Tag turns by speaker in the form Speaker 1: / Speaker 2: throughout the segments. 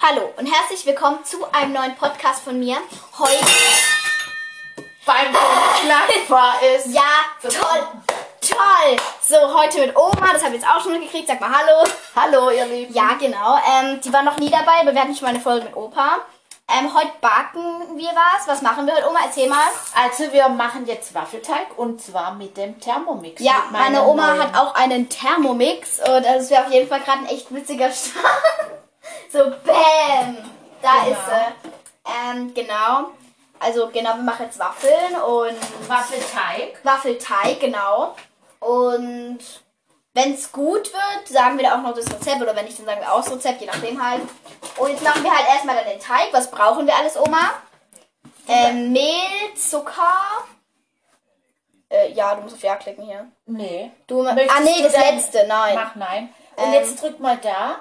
Speaker 1: Hallo und herzlich willkommen zu einem neuen Podcast von mir. Heute,
Speaker 2: beim Klagbar ist.
Speaker 1: ja, toll, toll. So, heute mit Oma, das habe ich jetzt auch schon mitgekriegt. Sag mal Hallo.
Speaker 2: Hallo, ihr Lieben.
Speaker 1: Ja, genau. Ähm, die war noch nie dabei, aber wir hatten schon mal eine Folge mit Opa. Ähm, heute backen wir was. Was machen wir heute, Oma? Erzähl mal.
Speaker 2: Also, wir machen jetzt Waffelteig und zwar mit dem Thermomix.
Speaker 1: Ja,
Speaker 2: mit meinem
Speaker 1: meine Oma
Speaker 2: neuen-
Speaker 1: hat auch einen Thermomix und das wäre auf jeden Fall gerade ein echt witziger Start. So, bam! Da
Speaker 2: Genau.
Speaker 1: ist sie. Ähm, genau. Also, genau, wir machen jetzt Waffeln und
Speaker 2: Waffelteig.
Speaker 1: Waffelteig, genau. Und wenn es gut wird, sagen wir da auch noch das Rezept oder wenn nicht, dann sagen wir auch das Rezept, je nachdem halt. Und jetzt machen wir halt erstmal dann den Teig. Was brauchen wir alles, Oma? Ähm, Mehl, Zucker. Äh, ja, du musst auf Ja klicken hier.
Speaker 2: Nee.
Speaker 1: Du,
Speaker 2: Möchtest
Speaker 1: ah nee,
Speaker 2: du
Speaker 1: das
Speaker 2: dann-
Speaker 1: letzte, nein.
Speaker 2: Mach nein. Und
Speaker 1: Ähm.
Speaker 2: jetzt drück mal da.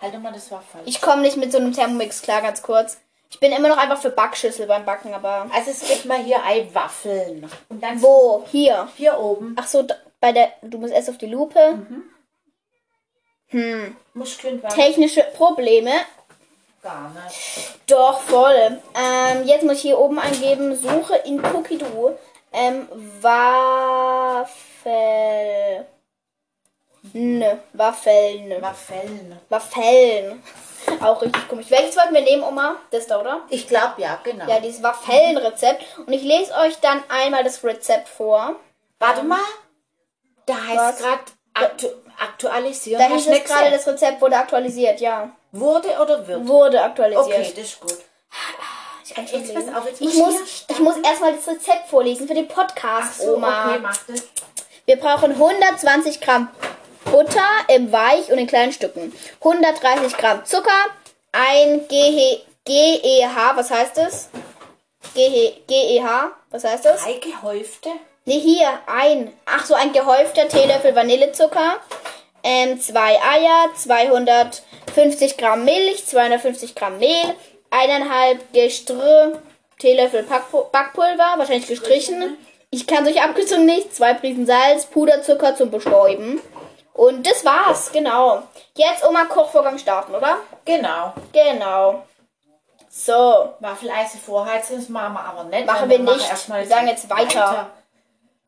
Speaker 2: Halt mal, das war falsch.
Speaker 1: Ich komme nicht mit so einem Thermomix klar, ganz kurz. Ich bin immer noch einfach für Backschüssel beim Backen, aber.
Speaker 2: Also, es gibt mal hier Eiwaffeln. Und dann
Speaker 1: Wo? Hier.
Speaker 2: hier oben.
Speaker 1: Ach so, da- bei der. Du musst erst auf die Lupe.
Speaker 2: Mhm. Muss ich war
Speaker 1: Technische Probleme.
Speaker 2: gar nicht.
Speaker 1: Doch, voll. Ähm, jetzt muss ich hier oben eingeben: Suche in Cookie Do. Ähm, Waffel. Ne, Waffeln.
Speaker 2: Waffeln.
Speaker 1: Waffeln. Auch richtig komisch. Welches wollten wir nehmen, Oma? Das da, oder?
Speaker 2: Ich glaube, ja, genau.
Speaker 1: Ja, dieses Waffelnrezept. Und ich lese euch dann einmal das Rezept vor.
Speaker 2: Warte mal. Da
Speaker 1: Was?
Speaker 2: heißt gerade aktu aktualisieren.
Speaker 1: Da
Speaker 2: das
Speaker 1: hieß es
Speaker 2: nächste.
Speaker 1: gerade, das Rezept wurde aktualisiert, ja.
Speaker 2: Wurde oder wird?
Speaker 1: Wurde aktualisiert.
Speaker 2: Okay, das ist gut. Ich, jetzt pass auf, jetzt
Speaker 1: Ich
Speaker 2: muss hier
Speaker 1: muss, ich muss erstmal das Rezept vorlesen für den Podcast,
Speaker 2: Ach so,
Speaker 1: Oma.
Speaker 2: okay, mach das.
Speaker 1: Wir brauchen 120 Gramm Butter im Weich und in kleinen Stücken. 130 Gramm Zucker. Ein GH, GEH, E was heißt das? GH, GEH, E was heißt das?
Speaker 2: Drei gehäufte.
Speaker 1: Ne, hier, ein. Ach so, ein gehäufter Teelöffel Vanillezucker. Ähm, zwei Eier, 250 Gramm Milch, 250 Gramm Mehl, eineinhalb Geströ, Teelöffel Packpu- Backpulver, wahrscheinlich gestrichen. Ich kann solche Abkürzungen nicht. Zwei Prisen Salz, Puderzucker zum Bestäuben. Und das war's, genau. Jetzt Oma Kochvorgang starten, oder?
Speaker 2: Genau.
Speaker 1: Genau. So.
Speaker 2: Waffeleisen vorheizen, das machen wir aber nicht.
Speaker 1: Machen
Speaker 2: weil
Speaker 1: wir nicht.
Speaker 2: erst mal
Speaker 1: Wir sagen jetzt weiter.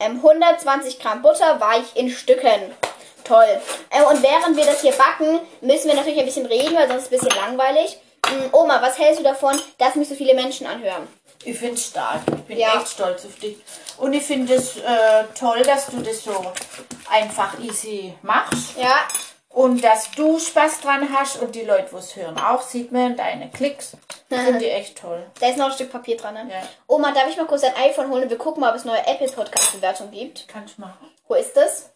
Speaker 1: Ähm, 120 Gramm Butter weich in Stücken. Toll. Ähm, und während wir das hier backen, müssen wir natürlich ein bisschen reden, weil sonst ist es ein bisschen langweilig. Ähm, Oma, was hältst du davon, dass mich so viele Menschen anhören?
Speaker 2: Ich finde es stark. Ich bin
Speaker 1: Ja.
Speaker 2: echt stolz auf dich. Und ich finde es äh, toll, dass du das so einfach easy machst.
Speaker 1: Ja,
Speaker 2: Und dass du Spaß dran hast und die Leute, wo es hören, auch sieht man deine Klicks. Finde ich echt toll.
Speaker 1: da ist noch ein Stück Papier dran. Ne?
Speaker 2: Ja.
Speaker 1: Oma, darf ich mal kurz dein iPhone holen und wir gucken mal, ob es neue Apple Podcast Bewertung gibt?
Speaker 2: Kannst machen.
Speaker 1: Wo ist das?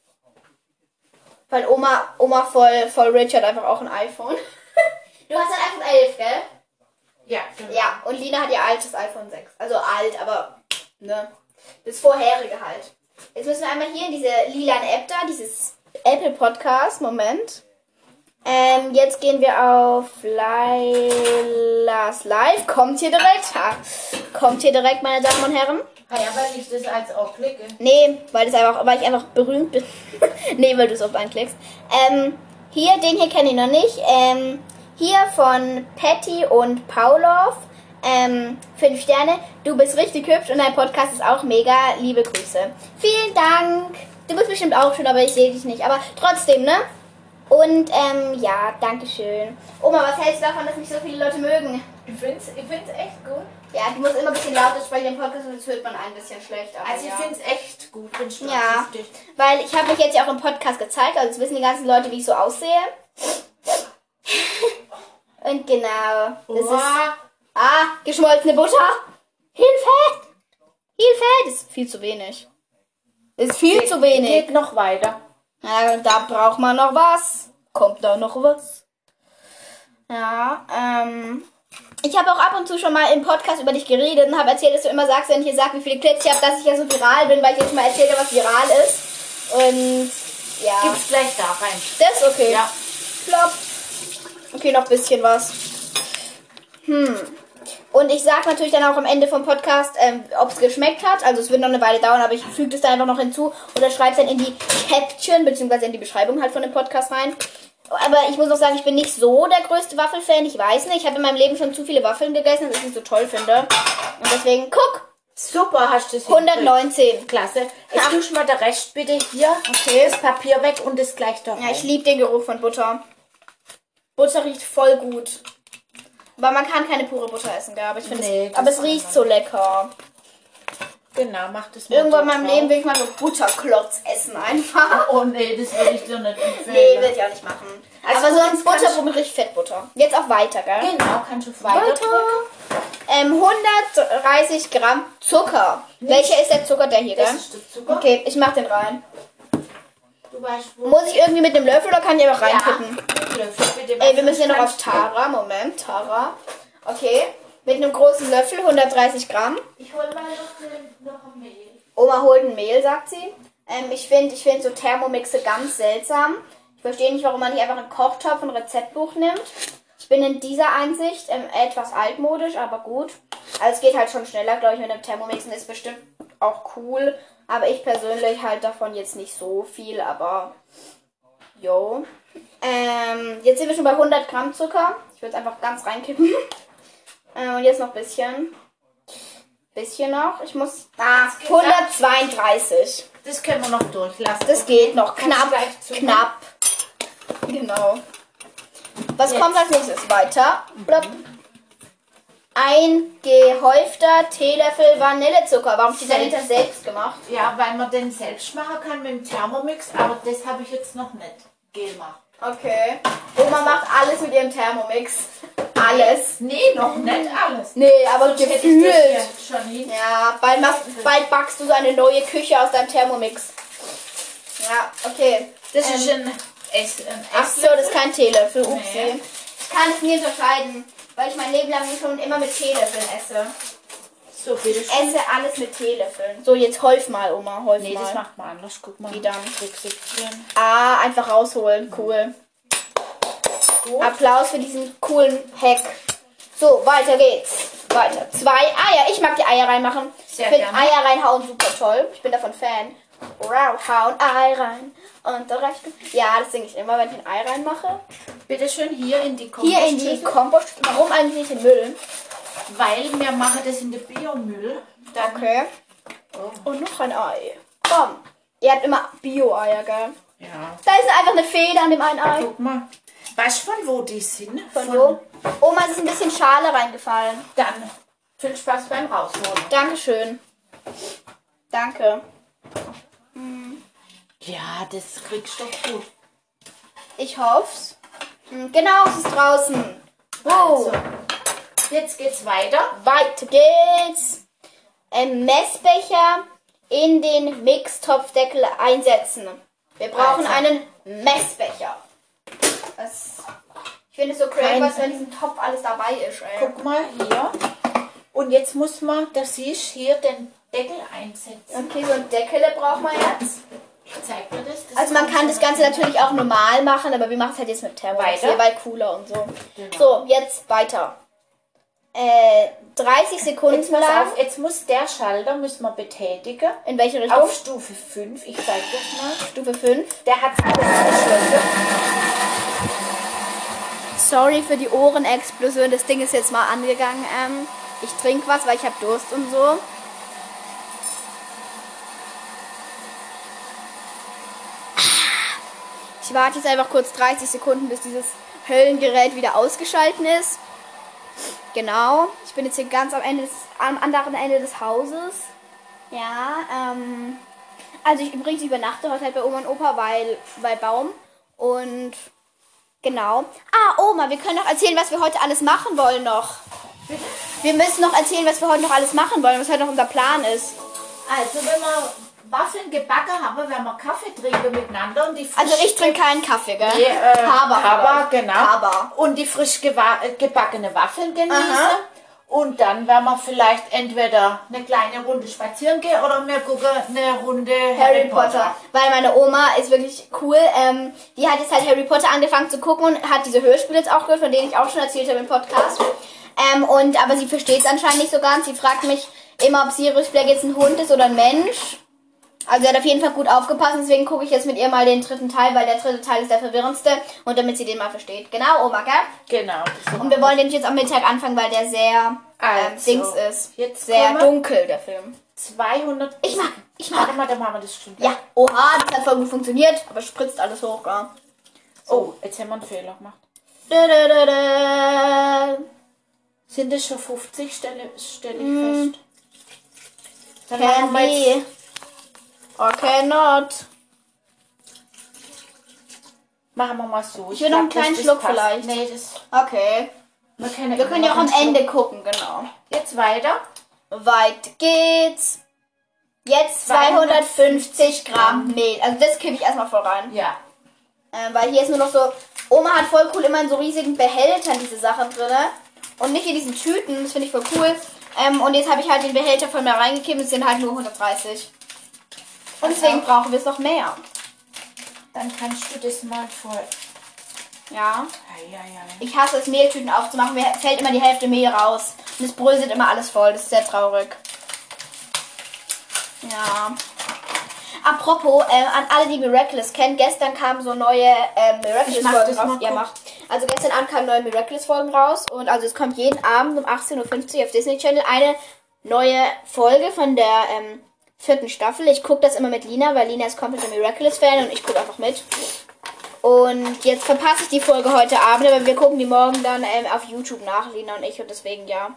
Speaker 1: Weil Oma, Oma voll, voll Rich hat einfach auch ein iPhone. Du hast ein iPhone 11, gell?
Speaker 2: Ja, genau.
Speaker 1: Ja, und Lina hat ihr altes iPhone 6. Also alt, aber ne. Das vorherige halt. Jetzt müssen wir einmal hier in diese lilan App da, dieses Apple Podcast, Moment. Ähm, jetzt gehen wir auf Lailas Live. Kommt hier direkt. Ha. Kommt hier direkt, meine Damen und Herren.
Speaker 2: Ah ja, weil ich das als auch klicke.
Speaker 1: Nee, weil, das einfach, weil ich einfach berühmt bin. nee, weil du es oft anklickst. Ähm, hier, den hier kenne ich noch nicht. Ähm, hier von Patty und Paulov. Ähm, fünf Sterne. Du bist richtig hübsch und dein Podcast ist auch mega. Liebe Grüße. Vielen Dank. Du bist bestimmt auch schön, aber ich sehe dich nicht. Aber trotzdem, ne? Und ähm, ja, Dankeschön. Oma, was hältst du davon, dass mich so viele Leute mögen?
Speaker 2: Ich finde es ich find's echt gut.
Speaker 1: Ja, du musst immer ein bisschen lauter sprechen im Podcast, sonst hört man ein bisschen schlecht. aber
Speaker 2: Also ich
Speaker 1: ja.
Speaker 2: finde es echt gut. Bin stolz
Speaker 1: Ja.
Speaker 2: auf dich.
Speaker 1: Weil ich habe mich jetzt ja auch im Podcast gezeigt, also jetzt wissen die ganzen Leute, wie ich so aussehe. Und genau. Das ist.
Speaker 2: Oha.
Speaker 1: Ah, geschmolzene Butter. Hilfe! Hilfe! Das ist viel zu wenig. Das ist viel zu wenig.
Speaker 2: Geht noch weiter.
Speaker 1: Ja, da braucht man noch was. Kommt da noch was? Ja, ähm. Ich habe auch ab und zu schon mal im Podcast über dich geredet und habe erzählt, dass du immer sagst, wenn ich hier sage, wie viele Clips ich habe, dass ich ja so viral bin, weil ich jetzt mal erzähle, was viral ist. Und ja.
Speaker 2: Gib's gleich da rein.
Speaker 1: Das ist okay.
Speaker 2: Ja.
Speaker 1: Plopp. Okay, noch ein bisschen was. Hm. Und ich sag natürlich dann auch am Ende vom Podcast, ähm, ob es geschmeckt hat. Also es wird noch eine Weile dauern, aber ich füge das dann einfach noch hinzu oder schreibe es dann in die Caption bzw. in die Beschreibung halt von dem Podcast rein. Aber ich muss noch sagen, ich bin nicht so der größte Waffelfan. Ich weiß nicht. Ich habe in meinem Leben schon zu viele Waffeln gegessen, dass ich nicht so toll finde. Und deswegen, guck,
Speaker 2: Super, hast du es hingekriegt.
Speaker 1: 119.
Speaker 2: Klasse. Jetzt tust du mal der Rest bitte hier. Okay. Das Papier weg und das gleich da
Speaker 1: Ja,
Speaker 2: rein.
Speaker 1: ich liebe den Geruch von Butter. Butter riecht voll gut. Aber man kann keine pure Butter essen, gell? Aber ich finde
Speaker 2: Nee,
Speaker 1: es.
Speaker 2: das
Speaker 1: Aber es
Speaker 2: kann
Speaker 1: riecht
Speaker 2: man.
Speaker 1: so lecker.
Speaker 2: Genau, mach das mal
Speaker 1: Irgendwann in
Speaker 2: da
Speaker 1: meinem
Speaker 2: drauf.
Speaker 1: Leben will ich mal so Butterklotz essen einfach.
Speaker 2: Oh nee, das würde ich dir nicht
Speaker 1: Nee,
Speaker 2: empfehlen.
Speaker 1: will ich auch nicht machen.
Speaker 2: Also
Speaker 1: Aber so
Speaker 2: gut,
Speaker 1: ein
Speaker 2: jetzt kann
Speaker 1: Butterbrot mit richtig Fettbutter. Jetzt auch weiter, gell?
Speaker 2: genau, kannst du weiter. drücken.
Speaker 1: Weiter. Ähm, 130 Gramm Zucker. Welcher ist der Zucker, der hier,
Speaker 2: Das
Speaker 1: gell?
Speaker 2: ist der Zucker.
Speaker 1: Okay, ich mach den rein.
Speaker 2: Du weißt wo.
Speaker 1: Muss ich irgendwie mit einem Löffel oder kann ich einfach
Speaker 2: Ja.
Speaker 1: reinkippen?
Speaker 2: Mit Löffel, bitte.
Speaker 1: Ey, wir müssen ja noch auf Tara. Moment, Tara. Okay. Mit einem großen Löffel, 130 Gramm.
Speaker 2: Ich hol mal noch, ne- noch ein Mehl.
Speaker 1: Oma holt ein Mehl, sagt sie. Ähm, ich finde ich find so Thermomixe ganz seltsam. Ich verstehe nicht, warum man nicht einfach einen Kochtopf und ein Rezeptbuch nimmt. Ich bin in dieser Einsicht ähm, etwas altmodisch, aber gut. Also es geht halt schon schneller, glaube ich, mit einem Thermomix und ist bestimmt auch cool. Aber ich persönlich halt davon jetzt nicht so viel, aber jo. Ähm, jetzt sind wir schon bei 100 Gramm Zucker. Ich würde es einfach ganz reinkippen. Äh, und jetzt noch ein bisschen. Bisschen noch. Ich muss. Ah, 132.
Speaker 2: Das können wir noch durchlassen.
Speaker 1: Das geht noch.
Speaker 2: Kannst
Speaker 1: Knapp.
Speaker 2: du gleich zu-
Speaker 1: Knapp. Genau. Was
Speaker 2: Jetzt.
Speaker 1: kommt als nächstes? Weiter. Blop. Ein gehäufter Teelöffel Vanillezucker. Warum steht da nicht
Speaker 2: Selbst.
Speaker 1: selbst gemacht?
Speaker 2: Ja, weil man den selbst machen kann mit dem Thermomix, aber das habe ich jetzt noch nicht gemacht.
Speaker 1: Okay. Oma macht alles mit ihrem Thermomix. Alles.
Speaker 2: Nee, noch nicht alles.
Speaker 1: Nee, aber
Speaker 2: Also, Hätte ich
Speaker 1: gefühlt.
Speaker 2: das ja schon hin.
Speaker 1: Ja, bald, machst, bald backst du so eine neue Küche aus deinem Thermomix. Ja, okay.
Speaker 2: Das ist ein Ess. Ein
Speaker 1: Ach so, das ist kein Teelöffel. Upsi.
Speaker 2: Nee.
Speaker 1: Ich kann es nie unterscheiden, weil ich mein Leben lang schon immer mit Teelöffeln esse.
Speaker 2: So, bitte schön.
Speaker 1: Esse alles mit Teelöffeln. So, jetzt häuf mal, Oma. Häuf
Speaker 2: Nee,
Speaker 1: mal.
Speaker 2: das macht man anders. Guck mal.
Speaker 1: Wie dann?
Speaker 2: Drück 17.
Speaker 1: Ah, einfach rausholen. Cool.
Speaker 2: Gut.
Speaker 1: Applaus für diesen coolen Hack. So, weiter geht's. Weiter. Zwei Eier. Ich mag die Eier reinmachen.
Speaker 2: Sehr
Speaker 1: ich finde
Speaker 2: gerne.
Speaker 1: Eier reinhauen super toll. Ich bin davon Fan. Wow, hauen Ei rein. Und da reicht. Ja, das singe ich immer, wenn ich ein Ei reinmache.
Speaker 2: Bitte schön hier in die Kompost.
Speaker 1: Hier in die Kompost. Warum eigentlich nicht in den Müll?
Speaker 2: Weil wir machen das in den Biomüll. Dann Oh.
Speaker 1: Okay. Und noch ein Ei. Komm. Ihr habt immer Bio-Eier, gell?
Speaker 2: Ja.
Speaker 1: Da ist einfach eine Feder an dem einen Ei.
Speaker 2: Guck mal. Weißt du, von wo die sind?
Speaker 1: Von wo? Oma, es ist ein bisschen Schale reingefallen.
Speaker 2: Dann viel Spaß beim Rausholen.
Speaker 1: Dankeschön. Danke.
Speaker 2: Ja, das kriegst du doch gut.
Speaker 1: Ich hoff's. Hm, Genau, es ist draußen. Wow.
Speaker 2: Also, jetzt geht's weiter.
Speaker 1: Weiter geht's. Ein Messbecher in den Mixtopfdeckel einsetzen. Wir brauchen
Speaker 2: Also.
Speaker 1: einen Messbecher. Das, ich finde es so crazy,
Speaker 2: Kein-
Speaker 1: was in diesem Topf alles dabei ist. Ey.
Speaker 2: Guck mal hier. Und jetzt muss man, das siehst hier den Deckel einsetzen.
Speaker 1: Okay, so ein Deckele braucht man jetzt.
Speaker 2: Ich zeig dir das. das
Speaker 1: Also man kann das Ganze natürlich auch normal machen, aber wir machen es halt jetzt mit Thermomix,
Speaker 2: Weiter.
Speaker 1: hier, weil cooler und so.
Speaker 2: Genau.
Speaker 1: So, jetzt weiter. Äh, 30 Sekunden
Speaker 2: Jetzt, pass
Speaker 1: lang.
Speaker 2: auf, jetzt muss der Schalter müssen wir betätigen.
Speaker 1: In welche Richtung?
Speaker 2: Auf Stufe 5, ich zeig das mal.
Speaker 1: Stufe 5.
Speaker 2: Der hat alles geschlossen.
Speaker 1: Sorry für die Ohrenexplosion. Das Ding ist jetzt mal angegangen. Ähm, ich trinke was, weil ich habe Durst und so. Ich warte jetzt einfach kurz 30 Sekunden, bis dieses Höllengerät wieder ausgeschalten ist. Genau. Ich bin jetzt hier ganz am Ende des, am anderen Ende des Hauses. Ja, ähm. Also ich übrigens übernachte heute halt bei Oma und Opa, weil, weil Baum. Und Genau. Ah, Oma, wir können noch erzählen, was wir heute alles machen wollen noch. Wir müssen noch erzählen, was wir heute noch alles machen wollen, was heute noch unser Plan ist.
Speaker 2: Also wenn wir Waffeln gebacken haben, werden wir Kaffee trinken miteinander und die frisch
Speaker 1: Also ich trinke keinen Kaffee, gell?
Speaker 2: die, äh,
Speaker 1: Kaba.
Speaker 2: Kaba, genau.
Speaker 1: Kaba.
Speaker 2: Und die frisch gewa- äh, gebackene Waffeln genießen.
Speaker 1: Aha.
Speaker 2: Und dann werden wir vielleicht entweder eine kleine Runde spazieren gehen oder wir gucken eine Runde
Speaker 1: Harry, Potter. Weil meine Oma ist wirklich cool. Ähm, die hat jetzt halt Harry Potter angefangen zu gucken und hat diese Hörspiele jetzt auch gehört, von denen ich auch schon erzählt habe im Podcast. Ähm, und aber sie versteht es anscheinend nicht so ganz. Sie fragt mich immer, ob Sirius Black jetzt ein Hund ist oder ein Mensch. Also er hat auf jeden Fall gut aufgepasst, deswegen gucke ich jetzt mit ihr mal den dritten Teil, weil der dritte Teil ist der verwirrendste und damit sie den mal versteht. Genau, Oma, gell?
Speaker 2: Genau.
Speaker 1: Und wir wollen den jetzt am Mittag anfangen, weil der sehr ähm,
Speaker 2: Also,
Speaker 1: Dings ist.
Speaker 2: jetzt
Speaker 1: sehr
Speaker 2: kommen wir-
Speaker 1: dunkel, der Film.
Speaker 2: 200.
Speaker 1: Ich mag, ich mag.
Speaker 2: Warte mal, dann machen wir das schon.
Speaker 1: Ja, oha, das hat voll gut funktioniert, aber spritzt alles hoch, gell?
Speaker 2: Oh, jetzt haben wir einen Fehler gemacht.
Speaker 1: Da, da, da, da.
Speaker 2: Sind es schon 50? Stelle, stelle
Speaker 1: Mm.
Speaker 2: ich fest. Dann machen
Speaker 1: Can
Speaker 2: wir jetzt-
Speaker 1: be. Or cannot.
Speaker 2: Machen wir mal so. Ich
Speaker 1: will noch einen
Speaker 2: glaub,
Speaker 1: kleinen
Speaker 2: das- das
Speaker 1: Schluck
Speaker 2: passt.
Speaker 1: vielleicht.
Speaker 2: Nee, das,
Speaker 1: Okay.
Speaker 2: wir können,
Speaker 1: Wir können ja auch am Ende gucken, genau.
Speaker 2: Jetzt weiter.
Speaker 1: Weit geht's. Jetzt 250 Gramm Mehl. Also das kippe ich erstmal voll rein.
Speaker 2: Ja.
Speaker 1: Äh, weil hier ist nur noch so. Oma hat voll cool immer in so riesigen Behältern diese Sachen drinne Und nicht in diesen Tüten. Das finde ich voll cool. Ähm, und jetzt habe ich halt den Behälter voll mehr reingekippt. Es sind halt nur 130. Und deswegen brauchen wir es noch mehr.
Speaker 2: Also, Dann kannst du das mal voll.
Speaker 1: Ja.
Speaker 2: Ja, ja, ja.
Speaker 1: Ich hasse es, Mehltüten aufzumachen. Mir fällt immer die Hälfte Mehl raus. Und es bröselt immer alles voll. Das ist sehr traurig. Ja. Apropos, äh, an alle, die Miraculous kennen, gestern kamen so neue äh,
Speaker 2: Ich mach
Speaker 1: Miraculous-Folgen
Speaker 2: das
Speaker 1: raus.
Speaker 2: mal
Speaker 1: Ja,
Speaker 2: kurz.
Speaker 1: mach. Also gestern Abend kamen neue Miraculous-Folgen raus. Und also es kommt jeden Abend um 18.50 Uhr auf Disney Channel eine neue Folge von der ähm, vierten Staffel. Ich gucke das immer mit Lina, weil Lina ist komplett ein Miraculous-Fan und ich gucke einfach mit. Und jetzt verpasse ich die Folge heute Abend, aber wir gucken die morgen dann ähm, auf YouTube nach, Lina und ich. Und deswegen ja.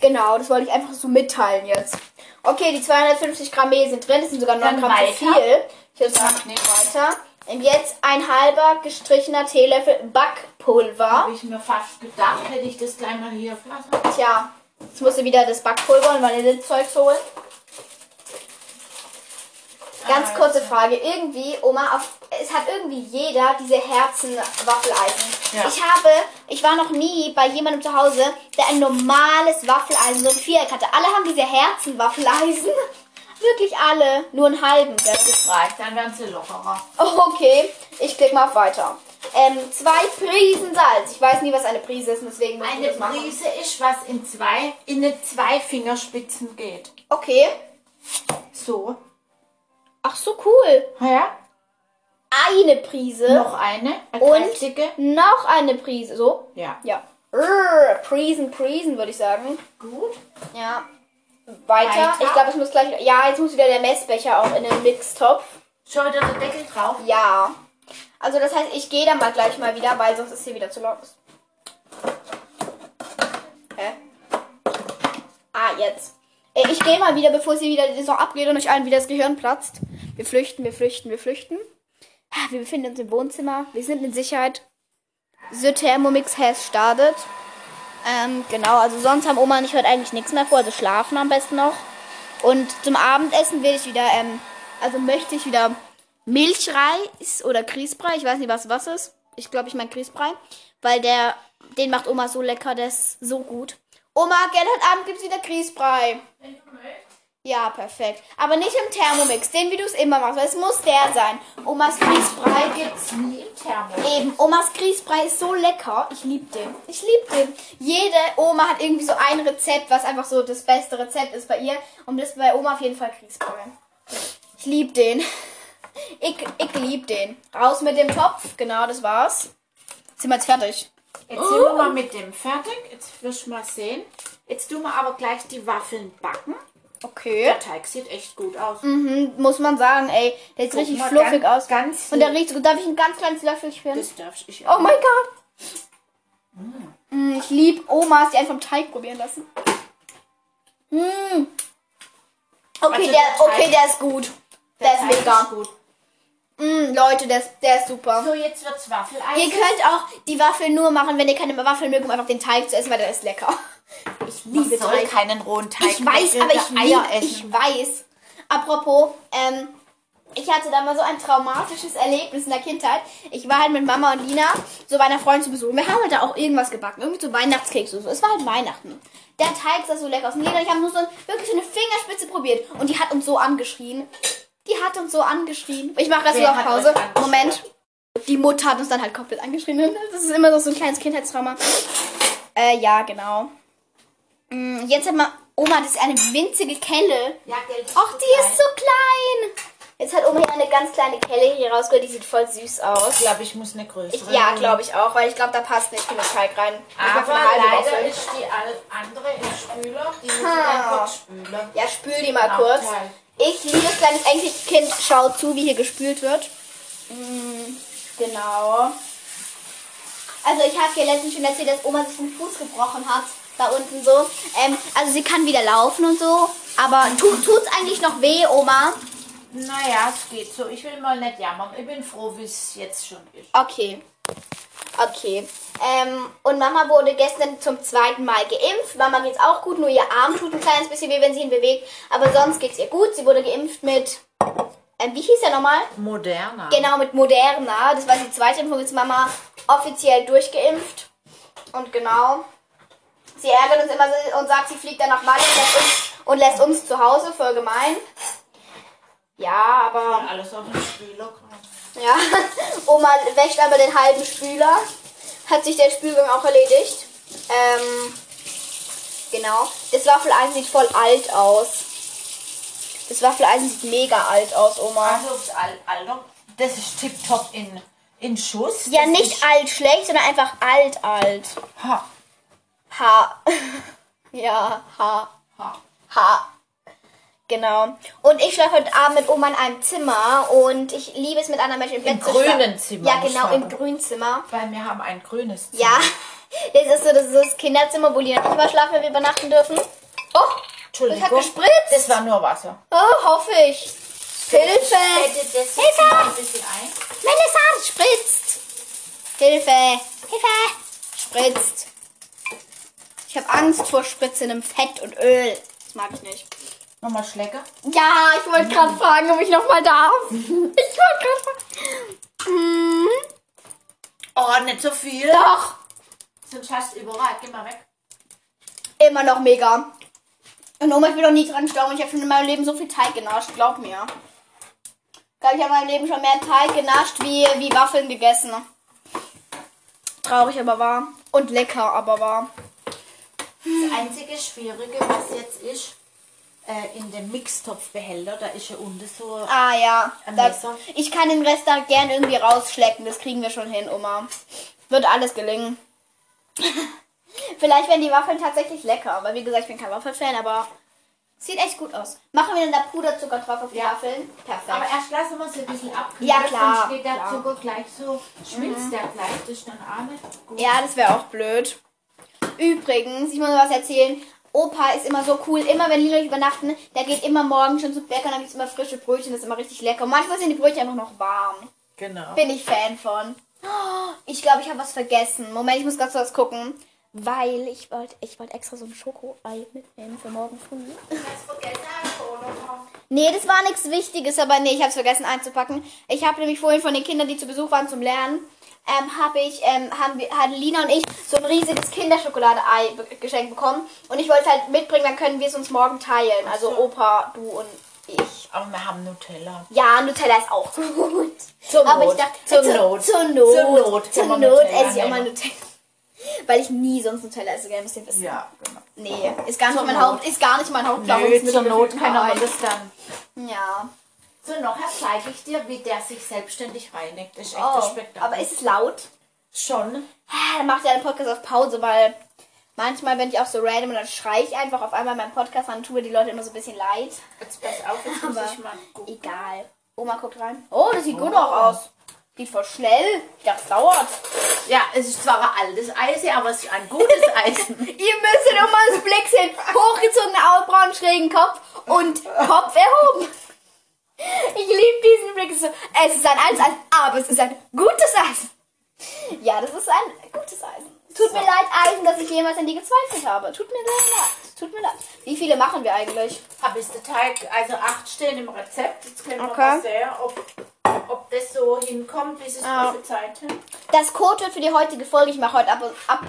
Speaker 1: Genau, das wollte ich einfach so mitteilen jetzt. Okay, die 250 Gramm Mehl sind drin, das sind sogar 9
Speaker 2: Dann
Speaker 1: Gramm zu
Speaker 2: weiter.
Speaker 1: viel. Ich würde sagen,
Speaker 2: nicht
Speaker 1: weiter. Und jetzt ein halber gestrichener Teelöffel Backpulver.
Speaker 2: Habe ich mir fast gedacht, hätte ich das gleich mal hier fassen.
Speaker 1: Tja, jetzt musst du wieder das Backpulver und Vanillezeug holen. Ganz kurze Frage. Irgendwie, Oma, auf, es hat irgendwie jeder diese Herzen-Waffeleisen.
Speaker 2: Ja.
Speaker 1: Ich habe, ich war noch nie bei jemandem zu Hause, der ein normales Waffeleisen, so ein Viereck hatte. Alle haben diese Herzen-Waffeleisen. Wirklich alle. Nur einen halben. gell? Oh,
Speaker 2: Das reicht, dann werden sie lockerer.
Speaker 1: Okay, ich klicke mal auf weiter. Ähm, zwei Prisen Salz. Ich weiß nie, was eine Prise ist, deswegen muss ich
Speaker 2: Eine
Speaker 1: das machen.
Speaker 2: Prise ist, was in zwei, in den zwei Fingerspitzen geht.
Speaker 1: Okay.
Speaker 2: So.
Speaker 1: Ach so, cool.
Speaker 2: Ja?
Speaker 1: Eine Prise.
Speaker 2: Noch eine. Eine
Speaker 1: Und?
Speaker 2: kräftige.
Speaker 1: Noch eine Prise. So?
Speaker 2: Ja.
Speaker 1: Ja. Rrr, Prisen, Prisen, würde ich sagen.
Speaker 2: Gut.
Speaker 1: Ja. Weiter.
Speaker 2: Weiter.
Speaker 1: Ich glaube, es muss gleich. Ja, jetzt muss wieder der Messbecher auch in den Mixtopf.
Speaker 2: Schon wieder der Deckel drauf.
Speaker 1: Ja. Also das heißt, ich gehe dann mal gleich mal wieder, weil sonst ist hier wieder zu laut. Hä? Ah, jetzt. Äh, Ich gehe mal wieder, bevor sie wieder die Saison abgeht und euch allen wieder das Gehirn platzt. Wir flüchten, wir flüchten, wir flüchten. Ah, Wir befinden uns im Wohnzimmer. Wir sind in Sicherheit. The Thermomix has started. Ähm, genau, also sonst haben Oma und ich heute eigentlich nichts mehr vor. Also schlafen am besten noch. Und zum Abendessen will ich wieder, ähm, also möchte ich wieder Milchreis oder Grießbrei. Ich weiß nicht, was was ist. Ich glaube, ich meine Grießbrei. Weil der, den macht Oma so lecker, der ist so gut. Oma, gell, heute Abend gibt's wieder Grießbrei. Ja, perfekt. Aber nicht im Thermomix, den wie du es immer machst, weil es muss der sein. Omas Grießbrei gibt's
Speaker 2: Nie im Thermos.
Speaker 1: Eben, Omas Grießbrei ist so lecker. Ich liebe den. Ich liebe den. Jede Oma hat irgendwie so ein Rezept, was einfach so das beste Rezept ist bei ihr. Und das ist bei Oma auf jeden Fall Grießbrei. Ich liebe den. Ich, ich liebe den. Raus mit dem Topf. Genau, das war's. Sind wir jetzt fertig?
Speaker 2: Jetzt sind wir mal mit dem fertig. Jetzt wirst du mal sehen. Jetzt tun wir aber gleich die Waffeln backen.
Speaker 1: Okay.
Speaker 2: Der Teig sieht echt gut aus.
Speaker 1: Mhm. Muss man sagen, ey. Der sieht
Speaker 2: Guck
Speaker 1: richtig
Speaker 2: mal,
Speaker 1: fluffig
Speaker 2: ganz-
Speaker 1: aus.
Speaker 2: ganz
Speaker 1: Und der riecht so gut. Darf ich ein ganz kleines Löffel spüren?
Speaker 2: Das darfst ich
Speaker 1: Oh mein Gott. Mm, ich liebe Omas, die einen vom Teig probieren lassen. Mm. Okay,
Speaker 2: Also
Speaker 1: der,
Speaker 2: der Teig-
Speaker 1: okay, der ist gut. Der, ist
Speaker 2: Teig
Speaker 1: mega.
Speaker 2: ist gut.
Speaker 1: Mm, Leute, der ist, der ist super.
Speaker 2: So, jetzt wird's Waffeleis.
Speaker 1: Ihr könnt auch die Waffeln nur machen, wenn ihr keine Waffeln mögt, um einfach den Teig zu essen, weil der ist lecker. Ich liebe Teig.
Speaker 2: keinen rohen Teig
Speaker 1: Ich weiß, aber ich liebe, ich weiß. Apropos, ähm, ich hatte da mal so ein traumatisches Erlebnis in der Kindheit. Ich war halt mit Mama und Lina so bei einer Freundin zu Besuch. Wir haben halt da auch irgendwas gebacken, irgendwie so Weihnachtskeks oder so. Es war halt Weihnachten. Der Teig sah so lecker aus. Und Lina und ich haben nur so ein, wirklich so eine Fingerspitze probiert. Und die hat uns so angeschrien. Die hat uns so angeschrien. Ich mache das
Speaker 2: Wer
Speaker 1: wieder auf
Speaker 2: hat
Speaker 1: Pause.
Speaker 2: euch angeschrien?
Speaker 1: Moment. Die Mutter hat uns dann halt komplett angeschrien. Das ist immer noch so ein kleines Kindheitstrauma. Äh, ja, genau. Mm, Jetzt hat mal Oma, das ist eine winzige Kelle.
Speaker 2: Ja, gell, das
Speaker 1: Och, die ist so klein. Jetzt hat Oma hier eine ganz kleine Kelle hier rausgeholt. Die sieht voll süß
Speaker 2: Ich
Speaker 1: aus.
Speaker 2: glaube, ich muss eine größere.
Speaker 1: Ja, glaube ich auch, weil ich glaube, da passt nicht genug Teig rein. Ich mach
Speaker 2: Aber
Speaker 1: eine halbe
Speaker 2: leider
Speaker 1: Waffel.
Speaker 2: ist die al- andere im Spüler. Die muss ich
Speaker 1: Ha.
Speaker 2: einfach spülen.
Speaker 1: Ja, spül die mal kurz.
Speaker 2: Nachteil.
Speaker 1: Ich, liebes kleines Enkelkind, schau zu, wie hier gespült wird. Mm, genau. Also ich habe hier letztens schon erzählt, dass Oma sich den Fuß gebrochen hat. Da unten so. Ähm, also sie kann wieder laufen und so. Aber tut, tut's eigentlich noch weh, Oma?
Speaker 2: Naja, es geht so. Ich will mal nicht jammern. Ich bin froh, wie es jetzt schon ist.
Speaker 1: Okay. Okay. Ähm, und Mama wurde gestern zum zweiten Mal geimpft. Mama geht's auch gut, nur ihr Arm tut ein kleines bisschen weh, wenn sie ihn bewegt. Aber sonst geht's ihr gut. Sie wurde geimpft mit. Ähm, wie hieß er nochmal?
Speaker 2: Moderner.
Speaker 1: Genau, mit Moderna. Das war die zweite Impfung. Jetzt Mama offiziell durchgeimpft. Und genau. Sie ärgert uns immer so und sagt, sie fliegt dann nach Malle und lässt uns, und lässt uns zu Hause. Voll gemein. Ja, aber.
Speaker 2: Genau. Alles auf den Spüler.
Speaker 1: Ja, Oma wäscht aber den halben Spüler. Hat sich der Spülgang auch erledigt. Ähm, genau. Das Waffeleisen sieht voll alt aus. Das Waffeleisen sieht mega alt aus, Oma.
Speaker 2: Also, das Al- Alter, das ist tipptopp in, in Schuss.
Speaker 1: Ja,
Speaker 2: das
Speaker 1: nicht
Speaker 2: Ist,
Speaker 1: alt schlecht, sondern einfach alt alt.
Speaker 2: ha,
Speaker 1: Ha. ja, ha.
Speaker 2: ha.
Speaker 1: Ha. Genau. Und ich schlafe heute Abend mit Oma in einem Zimmer und ich liebe es mit anderen Menschen im Bett
Speaker 2: Im
Speaker 1: zu schlafen.
Speaker 2: grünen Zimmer
Speaker 1: Ja, genau,
Speaker 2: muss
Speaker 1: im
Speaker 2: man.
Speaker 1: Grünzimmer.
Speaker 2: Weil wir haben ein grünes Zimmer.
Speaker 1: Ja, das ist so das, ist so das Kinderzimmer, wo Lina und ich mal schlafen, wenn wir übernachten dürfen. Oh, das hat
Speaker 2: Entschuldigung.
Speaker 1: gespritzt.
Speaker 2: Das war nur Wasser.
Speaker 1: Oh, hoffe ich. Hilfe! Hilfe! Melissa, es spritzt! Hilfe! Hilfe! Spritzt. Ich habe Angst vor spritzendem Fett und Öl. Das mag ich nicht.
Speaker 2: Nochmal Schlecke.
Speaker 1: Ja, ich wollte gerade fragen, ob ich nochmal darf. Ich wollte gerade fragen. Hm,
Speaker 2: Oh, nicht so viel.
Speaker 1: doch,
Speaker 2: Sonst hast du überall. Geh mal weg.
Speaker 1: immer noch mega. Und Oma, ich bin noch nie dran gestorben. Ich habe schon in meinem Leben so viel Teig genascht, glaub mir. Ich glaube, ich habe in meinem Leben schon mehr Teig genascht wie, wie Waffeln gegessen. Traurig, aber wahr. Und lecker, aber wahr.
Speaker 2: Das einzige Schwierige, was jetzt ist, äh, in dem Mixtopfbehälter, da ist ja unten so.
Speaker 1: Ah ja.
Speaker 2: Am
Speaker 1: Da,
Speaker 2: Messer.
Speaker 1: ich kann den Rest da gern irgendwie rausschlecken. Das kriegen wir schon hin, Oma. Wird alles gelingen. Vielleicht werden die Waffeln tatsächlich lecker. Aber wie gesagt, ich bin kein Waffelfan, aber sieht echt gut aus. Machen wir dann da Puderzucker drauf auf die
Speaker 2: Ja.
Speaker 1: Waffeln? Perfekt.
Speaker 2: Aber erst lassen wir es ein bisschen abkühlen.
Speaker 1: Ja, klar,
Speaker 2: Sonst geht der
Speaker 1: klar. Mhm.
Speaker 2: Zucker gleich so, schmilzt der gleich. Das ist dann auch nicht gut.
Speaker 1: Ja, das wäre auch blöd. Übrigens, ich muss noch was erzählen. Opa ist immer so cool. Immer wenn Lilo und ich übernachten, der geht immer morgen schon zum Bäcker und dann gibt's immer frische Brötchen. Das ist immer richtig lecker. Und manchmal sind die Brötchen einfach noch warm.
Speaker 2: Genau.
Speaker 1: Bin ich Fan von. Oh, Ich glaube, ich habe was vergessen. Moment, ich muss ganz kurz gucken. Weil ich wollte ich wollte extra so ein Schokoei mitnehmen für morgen früh. Nee, das war nichts Wichtiges, aber nee, ich habe es vergessen einzupacken. Ich habe nämlich vorhin von den Kindern, die zu Besuch waren zum Lernen, ähm, habe ich, ähm, haben wir, hat Lina und ich so ein riesiges Kinderschokoladeei be geschenkt bekommen. Und ich wollte es halt mitbringen, dann können wir es uns morgen teilen. Also Opa, du und ich.
Speaker 2: Aber wir haben Nutella.
Speaker 1: Ja, Nutella ist auch gut.
Speaker 2: Zur
Speaker 1: aber
Speaker 2: Not.
Speaker 1: ich dachte,
Speaker 2: Zur
Speaker 1: zu-
Speaker 2: Not.
Speaker 1: Zur Not.
Speaker 2: Zur Not
Speaker 1: Zur
Speaker 2: kann man
Speaker 1: Not
Speaker 2: Nutella
Speaker 1: esse ich auch mal
Speaker 2: nehmen.
Speaker 1: Nutella. Weil ich nie sonst Nutella esse, gell, müsst ihr wissen.
Speaker 2: Ja, genau.
Speaker 1: Nee, ist gar nicht
Speaker 2: Zur
Speaker 1: mein
Speaker 2: Not.
Speaker 1: Haupt, ist gar nicht mein
Speaker 2: Nö,
Speaker 1: Hauptnahrungsmittel.
Speaker 2: zur Not kann
Speaker 1: Nein.
Speaker 2: man das dann.
Speaker 1: Ja.
Speaker 2: So, nachher zeige ich dir, wie der sich selbstständig reinigt. Das ist echt ein
Speaker 1: Oh,
Speaker 2: Spektakel.
Speaker 1: aber ist es laut?
Speaker 2: schon.
Speaker 1: Ah, Dann macht ihr den Podcast auf Pause, weil manchmal bin ich auch so random und dann schreie ich einfach auf einmal meinen Podcast an und tue die Leute immer so ein bisschen leid.
Speaker 2: Jetzt pass auf, jetzt muss
Speaker 1: Aber
Speaker 2: ich mal gucken.
Speaker 1: egal. Oma guckt rein. Oh, das sieht gut auch aus. Geht voll schnell. Das dauert.
Speaker 2: Ja, es ist zwar ein altes Eisen, aber es ist ein gutes Eisen.
Speaker 1: Ihr müsst in Omas Blick sehen. Hochgezogene Augenbrauen, schrägen Kopf und Kopf erhoben. Ich liebe diesen Blick. Es ist so, Es ist ein altes Eisen, aber es ist ein gutes Eisen. Ja, das ist ein gutes Eisen. Tut mir leid, Eisen, dass ich jemals an die gezweifelt habe. Tut mir sehr leid. Tut mir leid. Wie viele machen wir eigentlich?
Speaker 2: aber ist der Teig, also acht stehen im Rezept. Jetzt können wir
Speaker 1: Okay.
Speaker 2: mal sehen, ob, ob das so hinkommt, wie sie es
Speaker 1: Ah.
Speaker 2: prophezeit haben.
Speaker 1: Das Codewort für die heutige Folge, ich mache heute ab, ab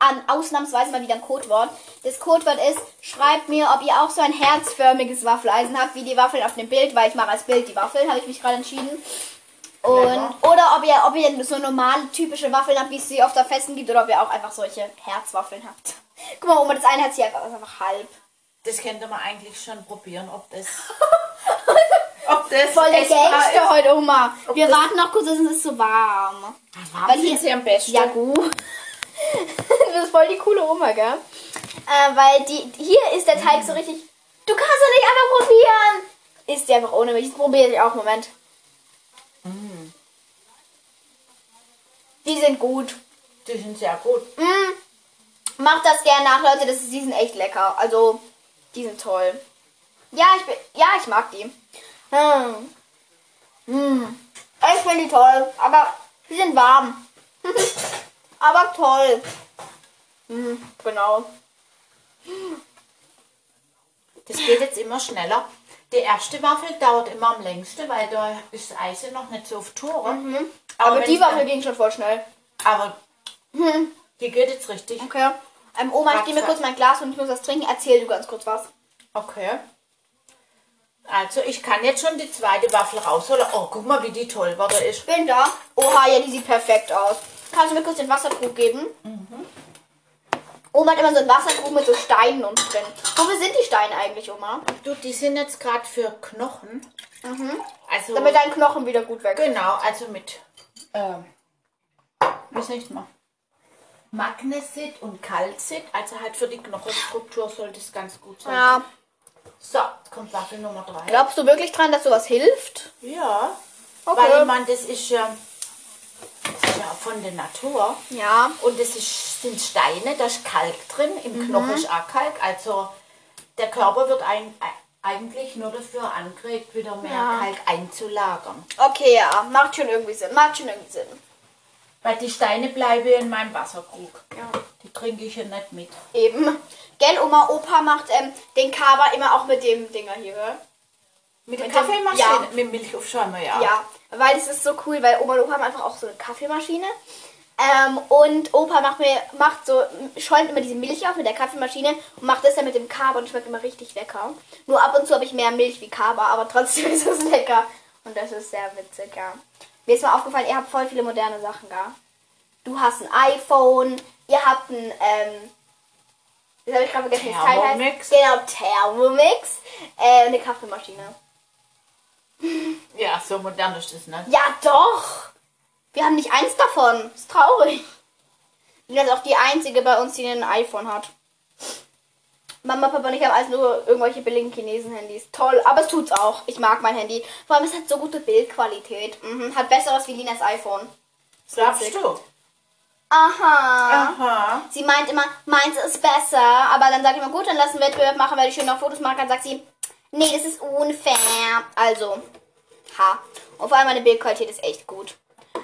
Speaker 1: an ausnahmsweise mal wieder ein Codewort. Das Codewort ist, schreibt mir, ob ihr auch so ein herzförmiges Waffeleisen habt, wie die Waffeln auf dem Bild, weil ich mache als Bild die Waffeln, habe ich mich gerade entschieden. Und,
Speaker 2: Lecker.
Speaker 1: oder ob ihr, ob ihr so normale, typische Waffeln habt, wie es sie auf der Festen gibt, oder ob ihr auch einfach solche Herzwaffeln habt. Guck mal, Oma, das eine hat sie einfach, ist einfach halb.
Speaker 2: Das könnte man eigentlich schon probieren, ob das. ob das.
Speaker 1: Voll der
Speaker 2: essbar
Speaker 1: Gangster heute, Oma. Wir
Speaker 2: das-
Speaker 1: warten noch kurz, es ist so warm.
Speaker 2: ist. Oh Ah, Warm
Speaker 1: Weil
Speaker 2: sind
Speaker 1: hier-
Speaker 2: sie am besten.
Speaker 1: Ja, gut. das ist voll die coole Oma, gell? Äh, weil die, hier ist der Teig so richtig. Du kannst doch nicht einfach probieren! Ist die einfach ohne mich. Das probiere ich auch. Moment.
Speaker 2: Mm.
Speaker 1: Die sind gut.
Speaker 2: Die sind sehr gut.
Speaker 1: Macht das gerne nach, Leute. Das ist, die sind echt lecker. Also, die sind toll. Ja, ich, bin, ja, ich mag die. Hm. Hm. Ich finde die toll. Aber die sind warm. aber toll. Hm, genau.
Speaker 2: Das geht jetzt immer schneller. Die erste Waffel dauert immer am längsten, weil da ist das Eis ja noch nicht so auf Tore.
Speaker 1: Aber,
Speaker 2: wenn
Speaker 1: die
Speaker 2: ich dann-
Speaker 1: Waffel ging schon voll schnell.
Speaker 2: Aber die geht jetzt richtig.
Speaker 1: Okay. Ähm, Oma, ich
Speaker 2: Warte,
Speaker 1: gehe mir
Speaker 2: warte.
Speaker 1: kurz mein Glas und ich muss was trinken. Erzähl du ganz kurz was.
Speaker 2: Okay. Also ich kann jetzt schon die zweite Waffel rausholen. Oh, guck mal, wie die toll war da ist.
Speaker 1: Bin da. Oha, ja, die sieht perfekt aus. Kannst du mir kurz den Wasserkrug geben? Oma hat immer so einen Wasserkrug mit so Steinen und drin. Wofür sind die Steine eigentlich, Oma?
Speaker 2: Du, die sind jetzt gerade für Knochen. Also
Speaker 1: Damit dein Knochen wieder gut weg.
Speaker 2: genau, also mit ähm, was nicht mal. Magnesit und Kalzit, also halt für die Knochenstruktur soll das ganz gut sein.
Speaker 1: Ja.
Speaker 2: So, jetzt kommt Waffel Nummer drei.
Speaker 1: Genau. Glaubst du wirklich dran, dass sowas hilft?
Speaker 2: Ja,
Speaker 1: Okay.
Speaker 2: weil ich meine, das ist ja, das ist ja von der Natur.
Speaker 1: Ja.
Speaker 2: Und das ist, sind Steine, da ist Kalk drin, im Knochen ist auch Kalk. Also der Körper wird ein, e- eigentlich nur dafür angeregt, wieder mehr
Speaker 1: Ja.
Speaker 2: Kalk einzulagern.
Speaker 1: Okay, ja. Macht schon irgendwie Sinn. Macht schon irgendwie Sinn.
Speaker 2: Weil die Steine bleiben in meinem Wasserkrug.
Speaker 1: Ja.
Speaker 2: Die trinke ich ja nicht mit.
Speaker 1: Eben. Gell, Oma, Opa macht ähm, den Kaba immer auch mit dem Dinger hier, gell?
Speaker 2: Mit,
Speaker 1: dem-
Speaker 2: der Kaffeemaschine?
Speaker 1: ja.
Speaker 2: Mit Milch aufschäumen, ja.
Speaker 1: Ja, weil es ist so cool, weil Oma und Opa haben einfach auch so eine Kaffeemaschine. Ähm, und Opa macht mir, macht so, schäumt immer diese Milch auf mit der Kaffeemaschine und macht das dann mit dem Kaba und schmeckt immer richtig lecker. Nur ab und zu habe ich mehr Milch wie Kaba, aber trotzdem ist es lecker. Und das ist sehr witzig, ja. Mir ist mal aufgefallen, ihr habt voll viele moderne Sachen, gell? Du hast ein iPhone, ihr habt ein, ähm, das habe ich gerade vergessen, wie das Teil heißt.
Speaker 2: Thermomix.
Speaker 1: Genau, Thermomix. Äh, eine Kaffeemaschine.
Speaker 2: Ja, so modern ist das, ne?
Speaker 1: Ja, doch. Wir haben nicht eins davon. Ist traurig. Lina ist auch die einzige bei uns, die ein iPhone hat. Mama, Papa und ich haben also nur irgendwelche billigen Chinesen-Handys. Toll, aber es tut's auch. Ich mag mein Handy. Vor allem, es hat so gute Bildqualität. Mhm. Hat besseres wie Linas iPhone.
Speaker 2: Glaubst
Speaker 1: witzig.
Speaker 2: du?
Speaker 1: Aha.
Speaker 2: Aha.
Speaker 1: Sie meint immer, meins ist besser. Aber dann sage ich immer, gut, dann lassen wir einen Wettbewerb machen, weil ich schön noch Fotos machen kann. Sagt sie, nee, das ist unfair. Also, ha. Und vor allem meine Bildqualität ist echt gut.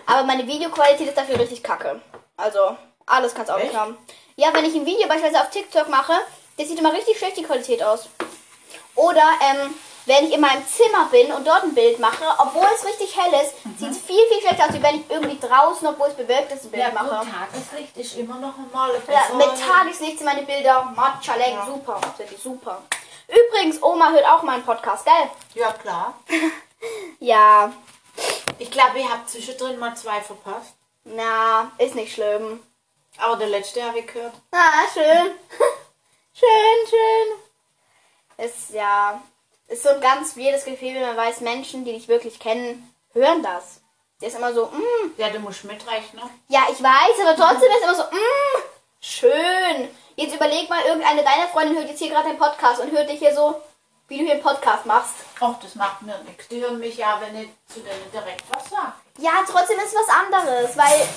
Speaker 1: Aber meine Videoqualität ist dafür richtig kacke. Also, alles kannst auch nicht
Speaker 2: Echt?
Speaker 1: haben. Ja, wenn ich ein Video beispielsweise auf TikTok mache, das sieht immer richtig schlecht die Qualität aus. Oder, ähm, wenn ich in meinem Zimmer bin und dort ein Bild mache, obwohl es richtig hell ist,
Speaker 2: Mhm.
Speaker 1: sieht es viel, viel schlechter aus, wie wenn ich irgendwie draußen, obwohl es bewölkt ist, ein Bild
Speaker 2: Ja,
Speaker 1: mache.
Speaker 2: gut, Tageslicht ist immer noch einmal ein
Speaker 1: Ja,
Speaker 2: bisschen-
Speaker 1: mit Tageslicht sind meine Bilder matcha ja. super. Sind die super. Übrigens, Oma hört auch meinen Podcast, gell?
Speaker 2: Ja, klar.
Speaker 1: Ja,
Speaker 2: Ich glaube, ich habe zwischendrin mal zwei verpasst.
Speaker 1: na, ist nicht schlimm.
Speaker 2: Aber der letzte habe ich gehört.
Speaker 1: Ah, schön. schön, schön. Ist ja, ist so ein ganz weirdes Gefühl, wenn man weiß, Menschen, die dich wirklich kennen, hören das. Der ist immer so, mm,
Speaker 2: Ja, du musst mitrechnen.
Speaker 1: Ja, ich weiß, aber trotzdem ist immer so, mm, schön. Jetzt überleg mal, irgendeine deiner Freundin hört jetzt hier gerade den Podcast und hört dich hier so, wie du hier einen Podcast machst.
Speaker 2: Och, das macht mir nichts. Die hören mich ja, wenn ich zu denen direkt was sage.
Speaker 1: Ja, trotzdem ist was anderes, weil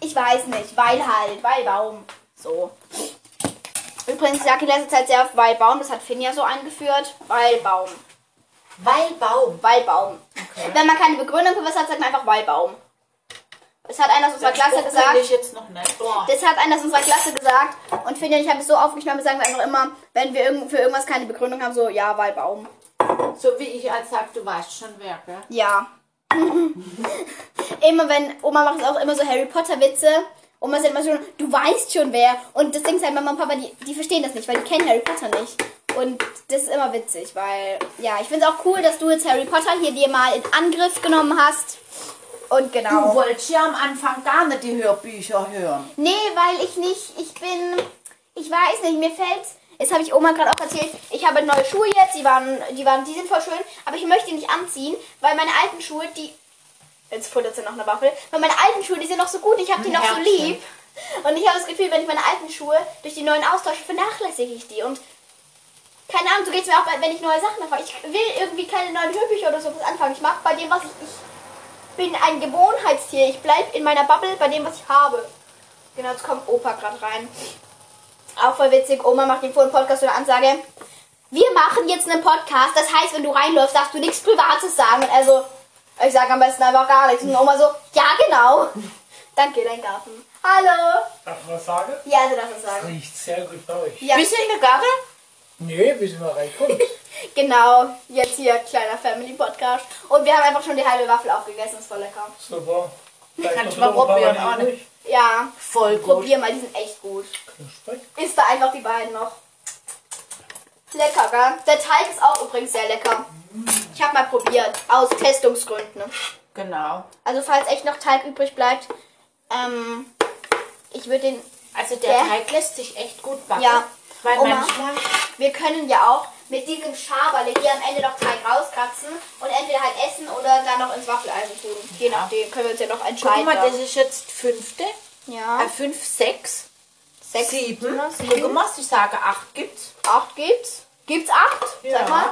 Speaker 1: ich weiß nicht, weil halt, weil Baum. So. Übrigens, ich sage in letzter Zeit sehr oft weil Baum, das hat Finn ja so eingeführt. Weil Baum,
Speaker 2: Weil Baum.
Speaker 1: weil Baum. Wenn man keine Begründung für was hat, sagt man einfach weil Baum. Das hat einer aus unserer Klasse
Speaker 2: Spruch kenn ich
Speaker 1: gesagt.
Speaker 2: jetzt noch nicht. Boah.
Speaker 1: Das hat einer aus unserer Klasse gesagt. Und Finn und ich haben es so aufgeschnappt, sagen wir einfach immer, wenn wir irgend- für irgendwas keine Begründung haben, so ja, weil Baum.
Speaker 2: So wie ich als sag, du weißt schon wer, gell?
Speaker 1: Ja. immer wenn Oma macht es auch immer so Harry Potter Witze. Oma sagt immer schon, du weißt schon wer. Und das Ding ist halt, Mama und Papa, die, die verstehen das nicht, weil die kennen Harry Potter nicht. Und das ist immer witzig, weil, ja, ich finde es auch cool, dass du jetzt Harry Potter hier dir mal in Angriff genommen hast. Und genau.
Speaker 2: Du wolltest ja am Anfang gar nicht die Hörbücher hören.
Speaker 1: Nee, weil ich nicht, ich bin, ich war weiß nicht, mir fällt's. Jetzt habe ich Oma gerade auch erzählt, ich habe neue Schuhe jetzt, die waren, die waren, die sind voll schön, aber ich möchte die nicht anziehen, weil meine alten Schuhe, die. Jetzt futtert sie noch eine Waffel, weil meine alten Schuhe, die sind noch so gut, ich habe die noch so
Speaker 2: Herzchen.
Speaker 1: lieb. Und ich habe das Gefühl, wenn ich meine alten Schuhe durch die neuen austausche, vernachlässige ich die. Und keine Ahnung, so geht es mir auch, bei- wenn ich neue Sachen anfange. Ich will irgendwie keine neuen Hörbücher oder sowas anfangen. Ich mache bei dem, was ich. Ich bin ein Gewohnheitstier. Ich bleibe in meiner Bubble bei dem, was ich habe. Genau, jetzt kommt Opa gerade rein. Auch voll witzig. Oma macht den vollen Podcast oder Ansage. Wir machen jetzt einen Podcast. Das heißt, wenn du reinläufst, darfst du nichts Privates sagen. Und er so, ich sage am besten einfach gar nichts. Und Oma so, ja genau. Danke, dein Garten. Hallo.
Speaker 3: Darf ich was sagen?
Speaker 1: Ja, du darfst es sagen.
Speaker 3: Riecht sehr gut bei euch.
Speaker 1: Ja,
Speaker 2: Bist du in der Gabel?
Speaker 3: Nee, bis man reinkommt.
Speaker 1: genau. Jetzt hier kleiner Family Podcast. Und wir haben einfach schon die halbe Waffel aufgegessen. Ist voll lecker.
Speaker 3: Super. Vielleicht
Speaker 2: Kannst mal
Speaker 3: noch so ein paar
Speaker 2: probieren,
Speaker 3: Mal
Speaker 2: auch nicht.
Speaker 3: übrig.
Speaker 1: Ja,
Speaker 2: Voll
Speaker 1: probier mal, die sind echt gut.
Speaker 3: Knusprig.
Speaker 1: Isst da einfach die beiden noch. Lecker, gell? Der Teig ist auch übrigens sehr lecker. Ich habe mal probiert, aus Testungsgründen.
Speaker 2: Genau.
Speaker 1: Also falls echt noch Teig übrig bleibt, ähm, ich würde den...
Speaker 2: Also der
Speaker 1: Ja.
Speaker 2: Teig lässt sich echt gut backen.
Speaker 1: Ja.
Speaker 2: Weil
Speaker 1: Oma.
Speaker 2: manchmal
Speaker 1: Wir können ja auch mit diesem Schaberle hier am Ende noch Teig rauskratzen und entweder halt essen oder dann noch ins Waffeleisen tun. Je
Speaker 2: Ja.
Speaker 1: nachdem, können wir uns ja noch
Speaker 2: Guck
Speaker 1: entscheiden.
Speaker 2: mal, das ist jetzt fünfte. Äh,
Speaker 1: ja,
Speaker 2: fünf, sechs,
Speaker 1: sechs,
Speaker 2: sieben.
Speaker 1: ne,
Speaker 2: Guck
Speaker 1: sieben,
Speaker 2: mal, ich sage acht gibt's.
Speaker 1: acht gibt's. Gibt's acht? Sag mal.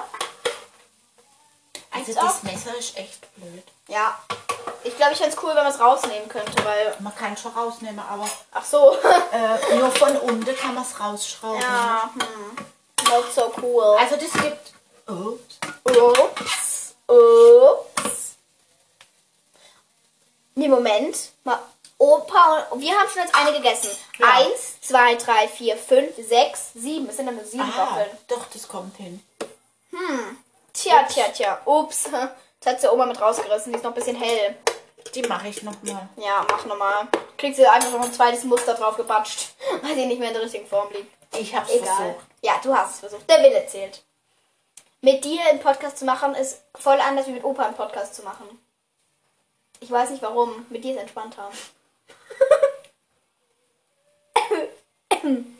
Speaker 2: Also
Speaker 1: Gibt's
Speaker 2: das
Speaker 1: acht?
Speaker 2: Messer ist echt blöd.
Speaker 1: Ja. Ich glaube, ich fände es cool, wenn man es rausnehmen könnte, weil...
Speaker 2: Man kann schon rausnehmen, aber
Speaker 1: Ach so.
Speaker 2: äh, nur von unten kann man es rausschrauben.
Speaker 1: Ja, hm. Not so cool.
Speaker 2: Also das gibt. Oh.
Speaker 1: Ups. Ups. Nee, Moment. Mal. Opa und wir haben schon jetzt eine gegessen.
Speaker 2: Ja.
Speaker 1: Eins, zwei, drei, vier, fünf, sechs, sieben. Es sind dann nur sieben
Speaker 2: Ah,
Speaker 1: Waffeln.
Speaker 2: doch, das kommt hin.
Speaker 1: Tja, tja, tja. Ups. Jetzt hat sie Oma mit rausgerissen. Die ist noch ein bisschen hell.
Speaker 2: Die mache ich nochmal.
Speaker 1: Ja, mach nochmal. Kriegt sie einfach noch ein zweites Muster drauf gebatscht, weil sie nicht mehr in der richtigen Form liegt.
Speaker 2: Ich hab's
Speaker 1: Egal.
Speaker 2: versucht.
Speaker 1: Ja, du hast es versucht. Der Wille zählt. Mit dir einen Podcast zu machen ist voll anders wie mit Opa einen Podcast zu machen. Ich weiß nicht warum. Mit dir ist entspannter.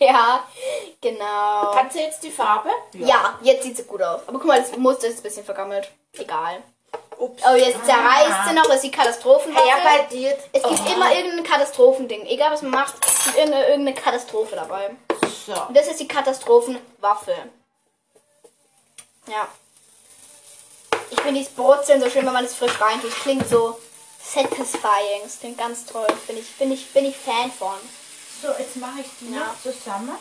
Speaker 1: ja, genau.
Speaker 2: Kannst du jetzt die Farbe?
Speaker 1: Ja, jetzt sieht sie gut aus. Aber guck mal, das Muster ist ein bisschen vergammelt. Egal.
Speaker 2: Ups.
Speaker 1: Oh, jetzt zerreißt sie noch. Das ist die Katastrophen.
Speaker 2: Ah. Ja, bei dir.
Speaker 1: Es gibt
Speaker 2: Oh.
Speaker 1: immer irgendein Katastrophending. Egal was man macht, es gibt irgendeine, irgendeine Katastrophe dabei.
Speaker 2: So.
Speaker 1: Und das ist die Katastrophenwaffe. Ja. Ich finde dieses Brutzeln so schön, wenn man es frisch reintut. Es klingt so satisfying. Es klingt ganz toll. Bin ich, bin ich, bin ich Fan von.
Speaker 2: So, jetzt mache ich die
Speaker 1: Ja.
Speaker 2: noch zusammen.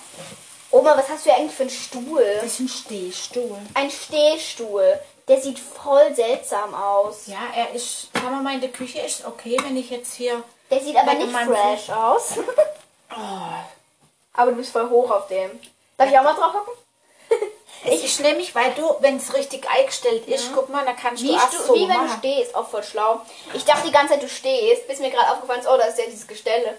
Speaker 1: Oma, was hast du hier eigentlich für einen Stuhl?
Speaker 2: Das ist ein Stehstuhl.
Speaker 1: Ein Stehstuhl. Der sieht voll seltsam aus.
Speaker 2: Ja, er ist, sagen wir mal, in der Küche ist okay, wenn ich jetzt hier.
Speaker 1: Der sieht aber
Speaker 2: Wenn du
Speaker 1: nicht
Speaker 2: meinst-
Speaker 1: fresh aus.
Speaker 2: Oh,
Speaker 1: aber du bist voll hoch auf dem. Darf ich auch mal drauf hocken?
Speaker 2: es ist nämlich, weil du, wenn es richtig eingestellt ist, guck mal, dann kannst
Speaker 1: Wie,
Speaker 2: du auch
Speaker 1: stu-
Speaker 2: so
Speaker 1: wie wenn du
Speaker 2: machen.
Speaker 1: stehst, auch voll schlau. Ich dachte die ganze Zeit, du stehst, bis mir gerade aufgefallen ist, oh, da ist ja dieses Gestelle.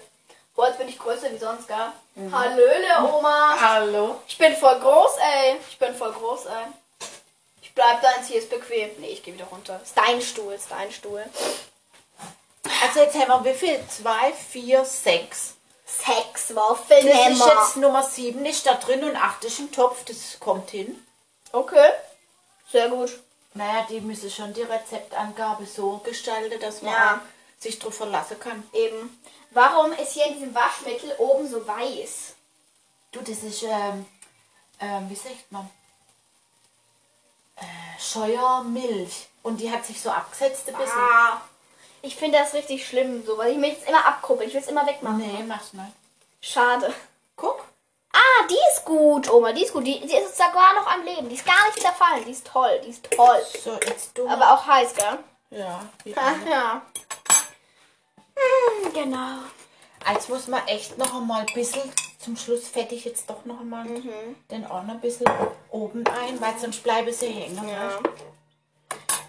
Speaker 1: Boah, jetzt bin ich größer wie sonst, gell? Hallöle, Oma.
Speaker 2: Hallo.
Speaker 1: Ich bin voll groß, ey. Ich bin voll groß, ey. Ich bleib da, ins hier ist bequem. Nee, ich gehe wieder runter. Ist dein Stuhl, ist dein Stuhl.
Speaker 2: Also jetzt haben wir wie viel? Zwei, vier, sechs.
Speaker 1: Sex,
Speaker 2: Das ist
Speaker 1: Waffelnämmer.
Speaker 2: jetzt Nummer sieben ist da drin und acht ist im Topf. Das kommt hin.
Speaker 1: Okay, sehr gut.
Speaker 2: Naja, die müssen schon die Rezeptangabe so gestalten, dass man
Speaker 1: Ja.
Speaker 2: auch sich drauf verlassen kann.
Speaker 1: Eben. Warum ist hier in diesem Waschmittel oben so weiß?
Speaker 2: Du, das ist, ähm, ähm, wie sagt man? Äh, Scheuermilch. Und die hat sich so abgesetzt ein bisschen.
Speaker 1: Ah. Ich finde das richtig schlimm, so, weil ich mich jetzt immer abkuppel. Ich will es immer wegmachen.
Speaker 2: Nee, mach's nicht.
Speaker 1: Schade.
Speaker 2: Guck.
Speaker 1: Ah, die ist gut, Oma, die ist gut. Die, die ist sogar noch am Leben. Die ist gar nicht zerfallen. Die ist toll, die ist toll.
Speaker 2: So, jetzt du.
Speaker 1: Aber auch heiß, gell?
Speaker 2: ja, wie
Speaker 1: Ah,
Speaker 2: alle.
Speaker 1: ja. Hm, genau.
Speaker 2: Als muss man echt noch einmal ein bisschen, zum Schluss fette ich jetzt doch noch einmal
Speaker 1: Mhm.
Speaker 2: den auch noch ein bisschen oben ein, weil sonst bleibe sie hängen.
Speaker 1: Ja.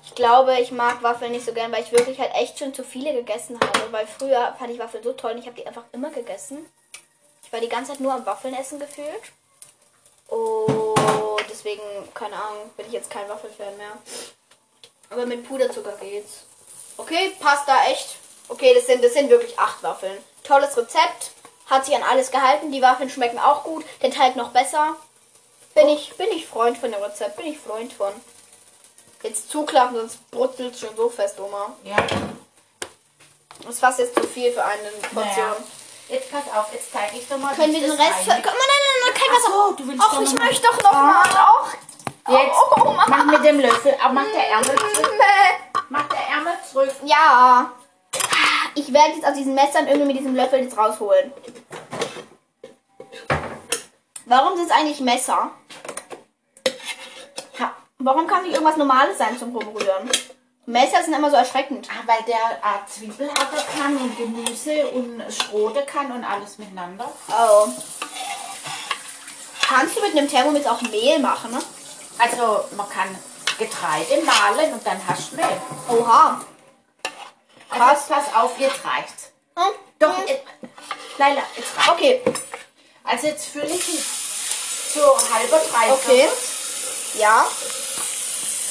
Speaker 1: Ich glaube, ich mag Waffeln nicht so gern, weil ich wirklich halt echt schon zu viele gegessen habe. Weil früher fand ich Waffeln so toll und ich habe die einfach immer gegessen. Ich war die ganze Zeit nur am Waffeln essen gefühlt. Und deswegen, keine Ahnung, bin ich jetzt kein Waffelfan mehr. Aber mit Puderzucker geht's. Okay, passt da echt. Okay, das sind, das sind wirklich acht Waffeln. Tolles Rezept. Hat sich an alles gehalten. Die Waffeln schmecken auch gut. Der Teig noch besser. Bin ich, bin ich Freund von dem Rezept. Bin ich Freund von. Jetzt zuklappen, sonst brutzelt es schon so fest, Oma.
Speaker 2: Ja.
Speaker 1: Das war jetzt zu viel für eine Portion.
Speaker 2: Naja. Jetzt pass auf, jetzt zeige ich dir mal.
Speaker 1: Können
Speaker 2: wie
Speaker 1: wir
Speaker 2: ich
Speaker 1: den
Speaker 2: das
Speaker 1: Rest ver...
Speaker 2: rein-
Speaker 1: Komm, nein, nein, nein, kein
Speaker 2: Ach
Speaker 1: Wasser.
Speaker 2: so, du willst
Speaker 1: Och,
Speaker 2: doch
Speaker 1: ich
Speaker 2: noch-
Speaker 1: möchte doch noch mal. Ah, Auch.
Speaker 2: Jetzt
Speaker 1: Oh, oh, oh,
Speaker 2: mach mit dem Löffel, aber mach der Ärmel zurück.
Speaker 1: Äh,
Speaker 2: Mach der Ärmel zurück.
Speaker 1: Ja. Ich werde jetzt aus diesen Messern irgendwie mit diesem Löffel jetzt rausholen. Warum sind es eigentlich Messer? Ha, Warum kann nicht irgendwas Normales sein zum Rumrühren? Messer sind immer so erschreckend.
Speaker 2: Ah, weil der äh, Zwiebel hacken kann und Gemüse und Schrote kann und alles miteinander.
Speaker 1: Oh. Kannst du mit einem Thermomix auch Mehl machen? Ne?
Speaker 2: Also man kann Getreide mahlen und dann hast du Mehl.
Speaker 1: Oha.
Speaker 2: Also jetzt pass auf, jetzt reicht's.
Speaker 1: Hm?
Speaker 2: Doch, jetzt, Leila, jetzt reicht's.
Speaker 1: Okay.
Speaker 2: Also jetzt fülle ich ihn so halber drei
Speaker 1: Okay. Ja.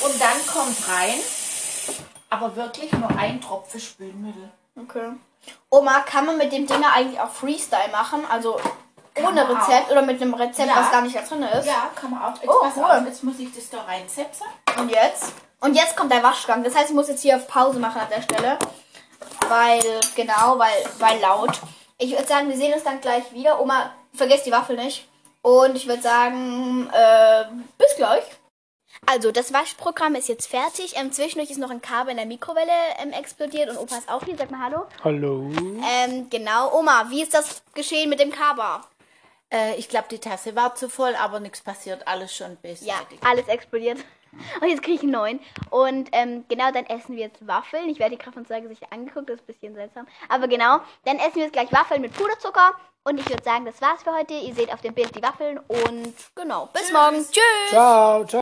Speaker 2: und dann kommt rein, aber wirklich nur ein Tropfen Spülmittel.
Speaker 1: Okay. Oma, kann man mit dem Dinger eigentlich auch Freestyle machen? Also ohne
Speaker 2: man
Speaker 1: Rezept oder mit einem Rezept,
Speaker 2: Ja.
Speaker 1: was gar nicht da drin ist?
Speaker 2: Ja, kann man auch. Jetzt
Speaker 1: Oh,
Speaker 2: pass
Speaker 1: cool.
Speaker 2: auf, jetzt muss ich das da reinsetzen.
Speaker 1: Und jetzt? Und jetzt kommt der Waschgang. Das heißt, ich muss jetzt hier auf Pause machen an der Stelle. Weil, genau, weil, weil laut. Ich würde sagen, wir sehen uns dann gleich wieder. Oma, vergesst die Waffel nicht. Und ich würde sagen, äh, bis gleich. Also, das Waschprogramm ist jetzt fertig. Ähm, zwischendurch ist noch ein Kabel in der Mikrowelle ähm, explodiert und Opa ist auch hier. Sag mal Hallo.
Speaker 3: Hallo.
Speaker 1: Ähm, genau. Oma, wie ist das geschehen mit dem Kaba?
Speaker 2: Äh, ich glaube, die Tasse war zu voll, aber nichts passiert. Alles schon
Speaker 1: Ja,
Speaker 2: beseitigt.
Speaker 1: alles explodiert. Und jetzt kriege ich einen neuen. Und ähm, genau, dann essen wir jetzt Waffeln. Ich werde die Kraft von zwei Gesichter angeguckt, das ist ein bisschen seltsam. Aber genau, dann essen wir jetzt gleich Waffeln mit Puderzucker. Und ich würde sagen, das war's für heute. Ihr seht auf dem Bild die Waffeln. Und genau, bis morgen. Tschüss.
Speaker 3: Ciao, ciao.